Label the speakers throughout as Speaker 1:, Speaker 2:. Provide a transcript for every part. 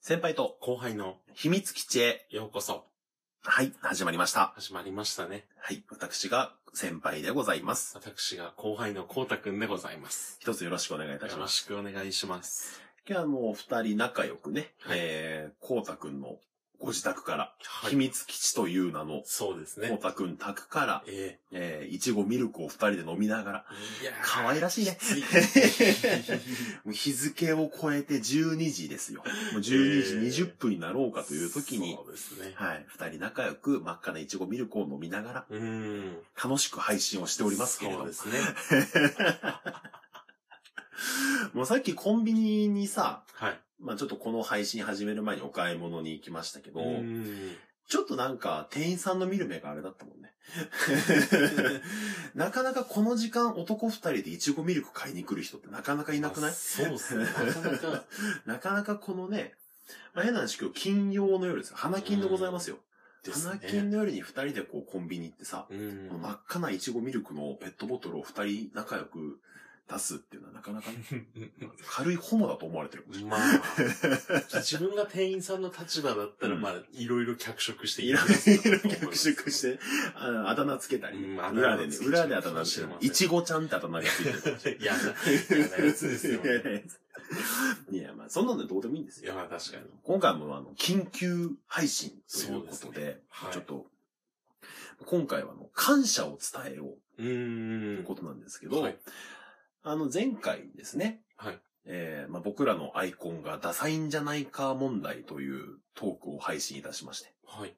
Speaker 1: 先輩と
Speaker 2: 後輩の
Speaker 1: 秘密基地へ、
Speaker 2: ようこそ
Speaker 1: はい、始まりました。
Speaker 2: 始まりましたね。
Speaker 1: はい、私が先輩でございます。
Speaker 2: 私が後輩のこうたくんでございます。
Speaker 1: 一つよろしくお願いい
Speaker 2: よ
Speaker 1: たし
Speaker 2: ろ
Speaker 1: ます。
Speaker 2: しくお願いします。
Speaker 1: 今日はもう二人仲良くね、
Speaker 2: はい
Speaker 1: えー、こうたくんのご自宅から、
Speaker 2: は
Speaker 1: 秘。密基地という名の、
Speaker 2: そうです
Speaker 1: こう
Speaker 2: ね。
Speaker 1: たくん宅から、
Speaker 2: え
Speaker 1: えー、いちごミルクを二人で飲みながら、
Speaker 2: えいやー
Speaker 1: 可愛らしい ね
Speaker 2: つい
Speaker 1: もう日付を超えて12時です よ。もう12時20分になろうかという時に、
Speaker 2: そうですね。
Speaker 1: はい、二人仲良く真っ赤ないちごミルクを飲みながら、
Speaker 2: うーん。
Speaker 1: 楽しく配信をしておりますけれど
Speaker 2: そう
Speaker 1: も
Speaker 2: で。すね。
Speaker 1: もうさっきコンビニにさ、
Speaker 2: はい。
Speaker 1: まあちょっとこの配信始める前にお買い物に行きましたけど、
Speaker 2: うーん。
Speaker 1: ちょっとなんか店員さんの見る目があれだったも んね。なかなかこの時間男二人でイチゴミルク買いに来る人ってなかなかいなくない
Speaker 2: あそうですね。なかな か。
Speaker 1: なかなかこのね、まあ、変な話今日金曜の夜ですよ。花金でございますよ。
Speaker 2: です
Speaker 1: 花
Speaker 2: ね
Speaker 1: 金の夜に二人でこうコンビニ行ってさ、
Speaker 2: う
Speaker 1: この
Speaker 2: ん
Speaker 1: 真。っ赤なイチゴミルクのペットボトルを二人仲良く出すっていうのはなかなかね、軽いホモだと思われてるかもしれない。
Speaker 2: まあ、 自分が店員さんの立場だったら、
Speaker 1: うん
Speaker 2: まあ、いろいろ脚色して
Speaker 1: いろいろ脚色し。て、あのあだ名つけたりね、
Speaker 2: うんあだ名
Speaker 1: 裏でね、
Speaker 2: つけちゃう
Speaker 1: 裏であだ名つけた
Speaker 2: 知ら
Speaker 1: り
Speaker 2: な、い
Speaker 1: いちごちゃんってあだ名がついてる。
Speaker 2: いや、嫌なやつですよ。
Speaker 1: いやいやいやいや、まあ、そんなのどうでもいいんです
Speaker 2: い
Speaker 1: よ
Speaker 2: や、。まあ確かに。
Speaker 1: 今回もあの、緊急配信というこ
Speaker 2: そ
Speaker 1: と
Speaker 2: う
Speaker 1: で、
Speaker 2: ではい
Speaker 1: ちょっと、今回はあの、感謝を伝えよう
Speaker 2: うーん。
Speaker 1: ということなんですけど、
Speaker 2: はい
Speaker 1: あの、前回ですね、
Speaker 2: はい
Speaker 1: えーまあ、僕らのアイコンがダサいんじゃないか問題というトークを配信いたしまして、
Speaker 2: はい。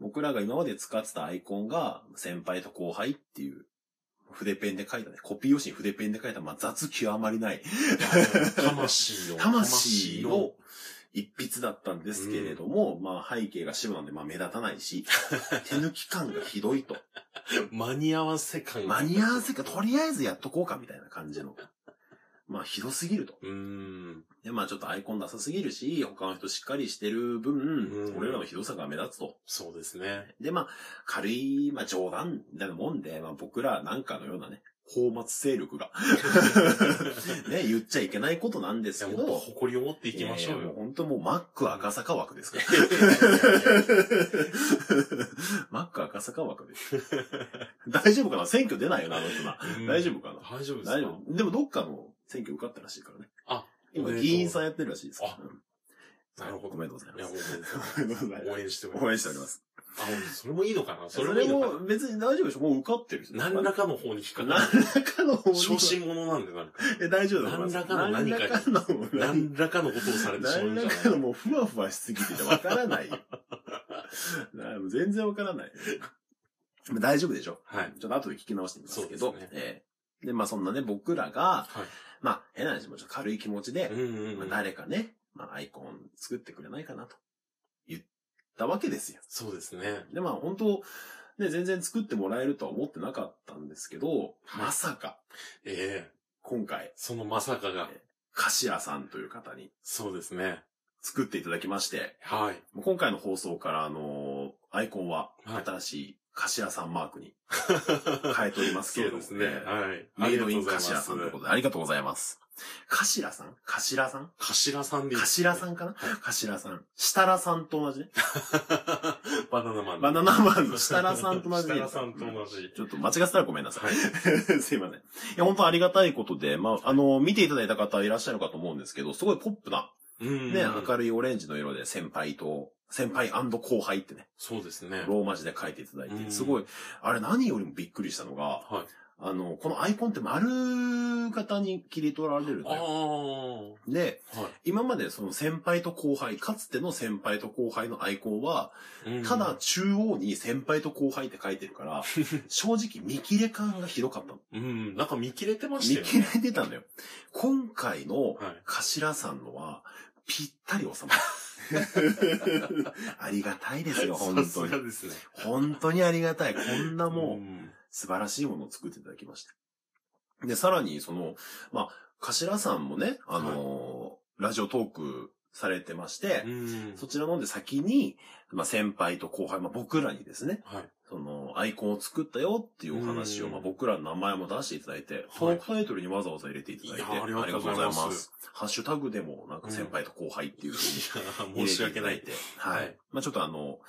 Speaker 1: 僕らが今まで使ってたアイコンが、先輩と後輩っていう、筆ペンで書いたね、コピー用紙に筆ペンで書いた、まあ、雑極まりない、
Speaker 2: 魂を。
Speaker 1: 魂の一筆だったんですけれども、まあ、背景が白なんで、まあ、目立たないし、 手抜き感がひどいと。
Speaker 2: 間に合わせ感が
Speaker 1: 間に合わせか、とりあえずやっとこうか、みたいな感じの。まあ、ひどすぎると。
Speaker 2: うーん。
Speaker 1: で、まあ、ちょっとアイコンなさすぎるし、他の人しっかりしてる分、
Speaker 2: うん
Speaker 1: 俺らのひどさが目立つと。
Speaker 2: そうで すね。
Speaker 1: で、まあ、軽い、まあ、冗談みたいなもんで、まあ、僕らなんかのようなね、放末勢力 が、ね、言っちゃいけないことなんで
Speaker 2: いや
Speaker 1: すけ
Speaker 2: もっと
Speaker 1: ど、
Speaker 2: 誇りを持っていきましょ
Speaker 1: いうやいやもう
Speaker 2: よ。
Speaker 1: 本当もうマック赤坂枠ですから。 マック赤坂枠です。大丈夫かな選挙出ないよな、あの人な。大丈夫かな
Speaker 2: 大丈夫ですか
Speaker 1: 大丈夫。でもどっかの選挙受かったらしいからね。
Speaker 2: あ、
Speaker 1: 今
Speaker 2: おめでとう
Speaker 1: 議員さんやってるらしいです。
Speaker 2: あ
Speaker 1: うん
Speaker 2: なるほど
Speaker 1: おめでとうござい
Speaker 2: い
Speaker 1: ま
Speaker 2: や、も
Speaker 1: す。
Speaker 2: う
Speaker 1: おめでとうございます
Speaker 2: 応援しております。
Speaker 1: 応援しておりま。す。
Speaker 2: あ、それもいいのかなそ
Speaker 1: そ
Speaker 2: れもい
Speaker 1: れ
Speaker 2: いのか
Speaker 1: も別に大丈夫でしょもう受かってるし。
Speaker 2: な何らかの方に引っか
Speaker 1: 何
Speaker 2: からる。
Speaker 1: かの方に
Speaker 2: 昇進者なんで、なんか。
Speaker 1: え、大丈夫だと思います。
Speaker 2: 何らかの何かに
Speaker 1: 何らかの何
Speaker 2: 何らかのことをされてしまうん
Speaker 1: 何ら
Speaker 2: じゃない
Speaker 1: かのもうふわふわしすぎててわから ないよ。な全然わからない。大丈夫でしょ
Speaker 2: はい。
Speaker 1: ちょっと後で聞き直してみますけ
Speaker 2: そ
Speaker 1: ど。
Speaker 2: うですね
Speaker 1: ええで、まあそんなね、僕らが、
Speaker 2: はい。
Speaker 1: まあ変な話もちょっと軽い気持ちで
Speaker 2: う、んうんう
Speaker 1: まあ
Speaker 2: ん。
Speaker 1: 誰かね、まあアイコン作ってくれないかなと言ったわけですよ。
Speaker 2: そうですね。
Speaker 1: で、まあ本当、ね、全然作ってもらえるとは思ってなかったんですけど、
Speaker 2: はい
Speaker 1: まさか、
Speaker 2: ええ
Speaker 1: 今回、
Speaker 2: そのまさかが
Speaker 1: え。柏さんという方に
Speaker 2: そうですね。
Speaker 1: 作っていただきまして、
Speaker 2: はい。
Speaker 1: 今回の放送から、あのーアイコンは、
Speaker 2: はい
Speaker 1: 新しい柏さんマークに変えておりますけれども、
Speaker 2: そうですね。はい。
Speaker 1: メイドイン
Speaker 2: ありがとうご
Speaker 1: 柏さ
Speaker 2: ざいます
Speaker 1: んということで、ありがとうございます。柏さん柏さん
Speaker 2: 頭さんでいいです
Speaker 1: 頭さんかな頭さん。設楽さんと同じね。
Speaker 2: バナナマン。
Speaker 1: バナナマンの設楽さんと同じ
Speaker 2: 設楽さんと同じ。
Speaker 1: ちょっと間違ってたらごめんなさ
Speaker 2: はい。
Speaker 1: い。 すいません。いや、本当ありがたいことで、まあ、あの、見ていただいた方いらっしゃるかと思うんですけど、すごいポップな、
Speaker 2: うん
Speaker 1: ね、明るいオレンジの色で先輩と、先輩後輩ってね、
Speaker 2: そうですね。
Speaker 1: ローマ字で書いていただいて、
Speaker 2: うん
Speaker 1: すごい、あれ何よりもびっくりしたのが、
Speaker 2: はい。
Speaker 1: あの、このアイコンって丸型に切り取られるの
Speaker 2: ああ。
Speaker 1: よ。で、
Speaker 2: は
Speaker 1: 今までその先輩と後輩、かつての先輩と後輩のアイコンは、
Speaker 2: いうん。
Speaker 1: ただ中央に先輩と後輩って書いてる から、正直見切れ感がひどかったの。
Speaker 2: うん、なんか見切れてま
Speaker 1: 見
Speaker 2: したよ
Speaker 1: 切
Speaker 2: ね。
Speaker 1: れてたのよ。今回の
Speaker 2: はい。
Speaker 1: 頭さんのは、ぴったり収まる。ありがた いですよ、本
Speaker 2: さす
Speaker 1: 当
Speaker 2: が
Speaker 1: に。
Speaker 2: ですね。
Speaker 1: 本当にありがたい。こんなもう、
Speaker 2: ん
Speaker 1: 素晴らしいものを作っていただきました。で、さらに、その、まあ、頭さんもね、あのーラジオトークされてまして、
Speaker 2: うん。
Speaker 1: そちらのんで先に、まあ、先輩と後輩、まあ、僕らにですね、
Speaker 2: はい。
Speaker 1: その、の、アイコンを作ったよっていうお話を、
Speaker 2: うん
Speaker 1: まあ、僕らの名前も出していただいて、ト
Speaker 2: はい
Speaker 1: ークタイトルにわざわざ入れていただいて、
Speaker 2: いやありがとうございます
Speaker 1: ありがとうございハッシュタグでも、なんか先輩と後輩っていうふうに
Speaker 2: や、
Speaker 1: 入れ
Speaker 2: 申
Speaker 1: て
Speaker 2: し
Speaker 1: いた
Speaker 2: 訳
Speaker 1: だ
Speaker 2: ないい。
Speaker 1: て、は
Speaker 2: はいい。
Speaker 1: まあ、ちょっとあの、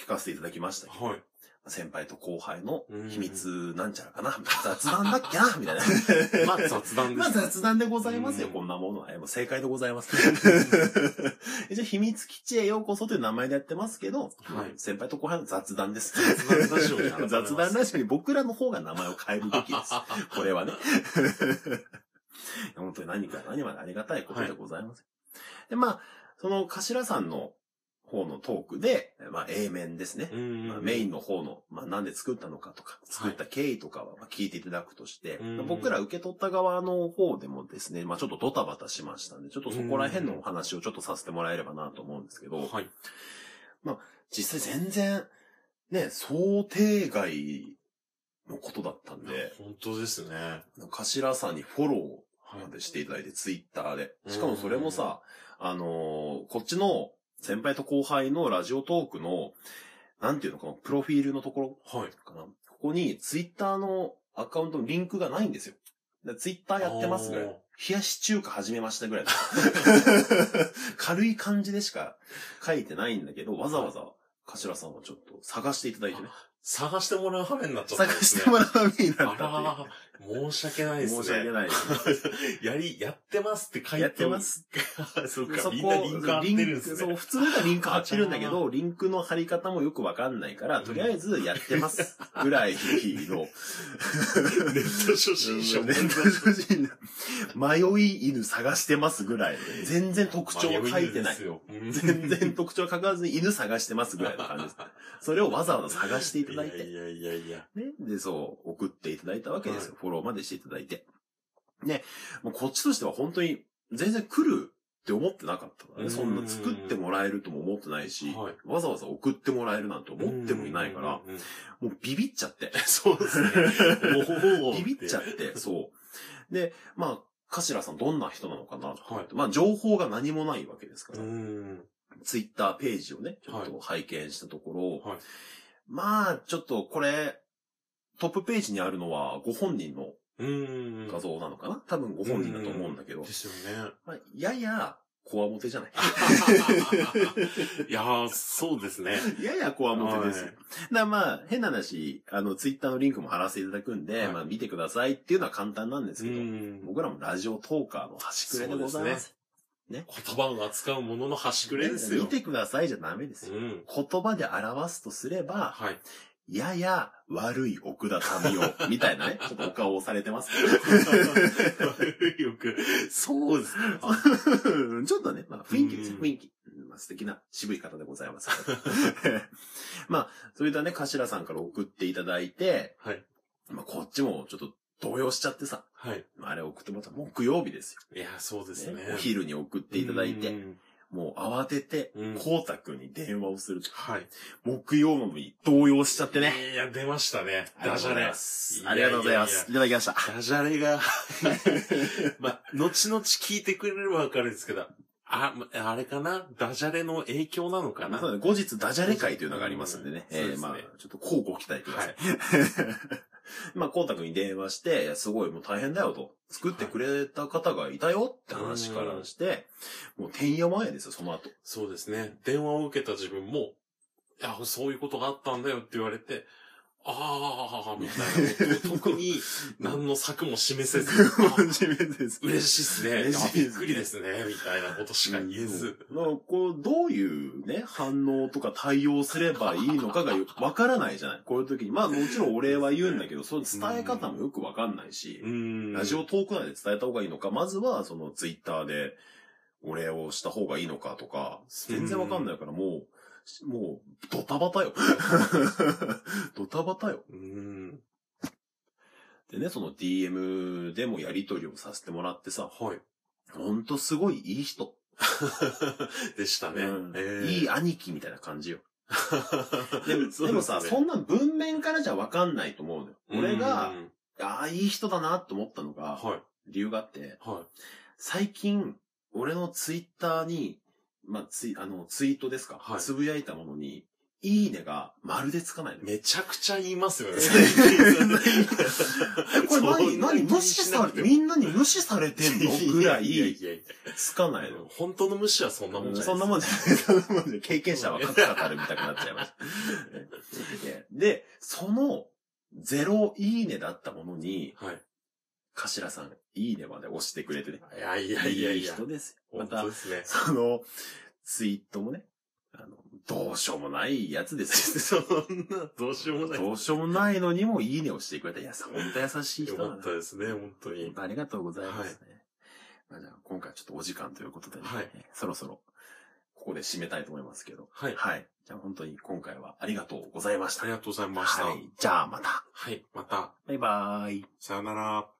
Speaker 1: 聞かせていただきましたけど
Speaker 2: はい。
Speaker 1: 先輩と後輩の
Speaker 2: うん
Speaker 1: 秘密なんちゃらかな、みたいな雑談だっ けな、みたいな。
Speaker 2: まあ雑談で
Speaker 1: まあ
Speaker 2: す。
Speaker 1: 雑談でございますよ、
Speaker 2: うん
Speaker 1: こんなものは。はいもう正解でござい ます。 一応、秘密基地へようこそという名前でやってますけど、
Speaker 2: はい
Speaker 1: 先輩と後輩の雑談です。
Speaker 2: 雑談ラジオに改めます
Speaker 1: 雑談ラジオに僕らの方が名前を変えるべき です。これはね。 本当に何から何までありがたいことでございます。で、まあ、その頭さんの方のトークで、まあ、A 面ですね。
Speaker 2: うん
Speaker 1: まあメインの方の、まあ、なんで作ったのかとか、作った経緯とかはまあ聞いていただくとして、
Speaker 2: うん
Speaker 1: まあ僕ら受け取った側の方でもですね、まあ、ちょっとドタバタしましたんで、ちょっとそこら辺のお話をちょっとさせてもらえればなと思うんですけど、
Speaker 2: はい。
Speaker 1: 実際全然、ね、想定外のことだったんで、
Speaker 2: 本当ですね。は
Speaker 1: 頭さんにフォロー
Speaker 2: い
Speaker 1: までしていただいて、ツイッターで。しかもそれもさ、あのーこっちの先輩と後輩のラジオトークの、なんていうのかな、プロフィールのところ
Speaker 2: はい。
Speaker 1: かな。ここにツイッターのアカウントのリンクがないんですよ。だからツイッターやってますぐらい。冷やし中華始めましたぐ らいの。軽い感じでしか書いてないんだけど、わざわざ、頭さんはちょっと探していただいてね。
Speaker 2: 探してもらう羽目になっちゃったん
Speaker 1: 探
Speaker 2: で
Speaker 1: し
Speaker 2: すね。
Speaker 1: てもらう意味になったっ
Speaker 2: あら、申し訳な
Speaker 1: て
Speaker 2: いで
Speaker 1: いう。
Speaker 2: す
Speaker 1: 申
Speaker 2: ね。
Speaker 1: し訳ないですね。
Speaker 2: やり、やってますって書いて
Speaker 1: やってま。す。
Speaker 2: そ
Speaker 1: そ
Speaker 2: うか、
Speaker 1: こ
Speaker 2: みんなリンク貼ってるんです
Speaker 1: リンクそ
Speaker 2: ね
Speaker 1: う、。普通ならリンク貼ってるんだけど、リンクの貼り方もよくわかんないから、とりあえずやってます。ぐらい の。
Speaker 2: ネット初心者
Speaker 1: ね初心者迷い犬探してますぐらい。全然特徴は書いてない。全然特徴は書かずに犬探してますぐらいの感じです。それをわざわざ探していただいて。
Speaker 2: いやいやいや。
Speaker 1: ね。で、そう、送っていただいたわけですよ。フォローまでしていただいて。ね。もうこっちとしては本当に全然来るって思ってなかったからね。そんな作ってもらえるとも思ってないし、
Speaker 2: はい
Speaker 1: わざわざ送ってもらえるなんて思ってもいないから、。もうビビっちゃって。
Speaker 2: そうで すね。
Speaker 1: ビビっちゃっ
Speaker 2: う。
Speaker 1: て、そう。で、まあ、頭さんどんな人なのかなと
Speaker 2: はい。
Speaker 1: まあ、情報が何もないわけですから、
Speaker 2: うん。
Speaker 1: ツイッターページをね、ちょっと拝見したところ、
Speaker 2: はい
Speaker 1: まあ、ちょっとこれ、トップページにあるのはご本人の
Speaker 2: うん。
Speaker 1: 画像なのかな、多分ご本人だと思うんだけど、
Speaker 2: ですよね。
Speaker 1: まあ、やや、こわもてじゃ ない
Speaker 2: いやー、そうですね。
Speaker 1: ややこわもてですよ。
Speaker 2: は
Speaker 1: だ
Speaker 2: い
Speaker 1: からまあ、変な話、あの、ツイッターのリンクも貼らせていただくんで、
Speaker 2: はい
Speaker 1: まあ、見てくださいっていうのは簡単なんですけど、
Speaker 2: ん。
Speaker 1: 僕らもラジオトーカーの端くれでございます。
Speaker 2: 言葉を扱うものの端くれですよ。
Speaker 1: 見てくださいじゃダメです
Speaker 2: う
Speaker 1: よ。
Speaker 2: ん。
Speaker 1: 言葉で表すとすれば、
Speaker 2: はい。
Speaker 1: やや悪い奥田民生みたいな ね、ちょっとお顔をされてます。
Speaker 2: よく。そうですね。
Speaker 1: ちょっとね、まあ雰囲気ですよ、
Speaker 2: うん
Speaker 1: 雰囲気。うんまあ、素敵な渋い方でございます。 まあ、そういったね、頭さんから送っていただいて、
Speaker 2: はい。
Speaker 1: まあ、こっちもちょっと動揺しちゃってさ、
Speaker 2: はい。
Speaker 1: まああれ送ってもらった木曜日です
Speaker 2: いや、そうです
Speaker 1: よ、
Speaker 2: ね。
Speaker 1: お昼に送っていただいて、
Speaker 2: うん。
Speaker 1: もう慌てて、
Speaker 2: うん
Speaker 1: こうたくんに電話をすると。
Speaker 2: はい。
Speaker 1: 木曜日動揺しちゃってね。。
Speaker 2: いや、出ましたね。ダジャレ。
Speaker 1: すありがとうございます。いただきました。
Speaker 2: ダジャレが、 まあ、後々聞いてくれればわかるんですけど、あ、まあれかなダジャレの影響なのかな
Speaker 1: そうだね後日ダジャレ会というのがありますんでね。
Speaker 2: うん
Speaker 1: え
Speaker 2: そう
Speaker 1: ー
Speaker 2: ですね
Speaker 1: まあ、ちょっとこうご期待ください。 まあ、こうたくんに電話して、いやすごいもう大変だよと。作ってくれた方がいたよって話からして、もうてんやまんやですよ、その後。
Speaker 2: そうですね。電話を受けた自分も、いや、そういうことがあったんだよって言われて、ああ、みたいな。特 に何の策も示せず、あ嬉しいっすね。
Speaker 1: 嬉しいっすね
Speaker 2: あびっくりですね。みたいなことしか言えず。
Speaker 1: うん。だからこう、どういうね、反応とか対応すればいいのかがよわからないじゃない。こういう時に。まあもちろんお礼は言うんだけど、その伝え方もよくわかんないし、
Speaker 2: ん
Speaker 1: ラジオトーク内で伝えた方がいいのか、まずはそのツイッターでお礼をした方がいいのかとか、全然わかんないからもう、もう、ドタバタよ。 ドタバタよ。
Speaker 2: うん。
Speaker 1: でね、その DM でもやり取りをさせてもらってさ、
Speaker 2: はい。
Speaker 1: ほんとすごいいい人。
Speaker 2: でしたね。
Speaker 1: うん
Speaker 2: えー
Speaker 1: いい兄貴みたいな感じよ。でも
Speaker 2: そ
Speaker 1: で
Speaker 2: う
Speaker 1: すもさ、
Speaker 2: ね
Speaker 1: そんな文面からじゃわかんないと思うのよ。俺が
Speaker 2: う、ん
Speaker 1: ああ、いい人だなと思ったのが、
Speaker 2: はい、
Speaker 1: 理由があって、
Speaker 2: は
Speaker 1: 最近、俺のツイッターに、まあ、ツイ、あの、ツイートですか、
Speaker 2: はい
Speaker 1: つぶやいたものに、いいねがまるでつかないの。
Speaker 2: めちゃくちゃ言いますよね。
Speaker 1: え、 これ何、何無視されて、みんなに無視されてんのぐら
Speaker 2: や
Speaker 1: い、
Speaker 2: やや
Speaker 1: つかないの。
Speaker 2: 本当の無視はそんなもんじゃない
Speaker 1: そんなもんじゃない。そんなもんじゃない。経験者は各々るみたくなっちゃいました。いやで、その、ゼロいいねだったものに、
Speaker 2: はい。
Speaker 1: 頭さん、いいねまで押してくれてね。
Speaker 2: いやいやいやいや。
Speaker 1: 人ですよ。ま
Speaker 2: 本
Speaker 1: た
Speaker 2: 当、ですね。
Speaker 1: その、ツイートもね、あの、どうしようもないやつですよ。
Speaker 2: そんな、どうしようもない。
Speaker 1: どうしようもないのにもいいねをしてくれた。いや、ほんと優しい
Speaker 2: よ
Speaker 1: 人
Speaker 2: か
Speaker 1: だな
Speaker 2: っ。たですね、本当に。
Speaker 1: ありがとうございますね。まあ、じゃあ今回ちょっとお時間ということでね、
Speaker 2: はい
Speaker 1: そろそろここで締めたいと思いますけど。
Speaker 2: はい。
Speaker 1: はい。じゃあ本当に今回はありがとうございました。
Speaker 2: ありがとうございました。
Speaker 1: はい。じゃあまた。
Speaker 2: はい、また、
Speaker 1: バイバーイ。
Speaker 2: さよなら。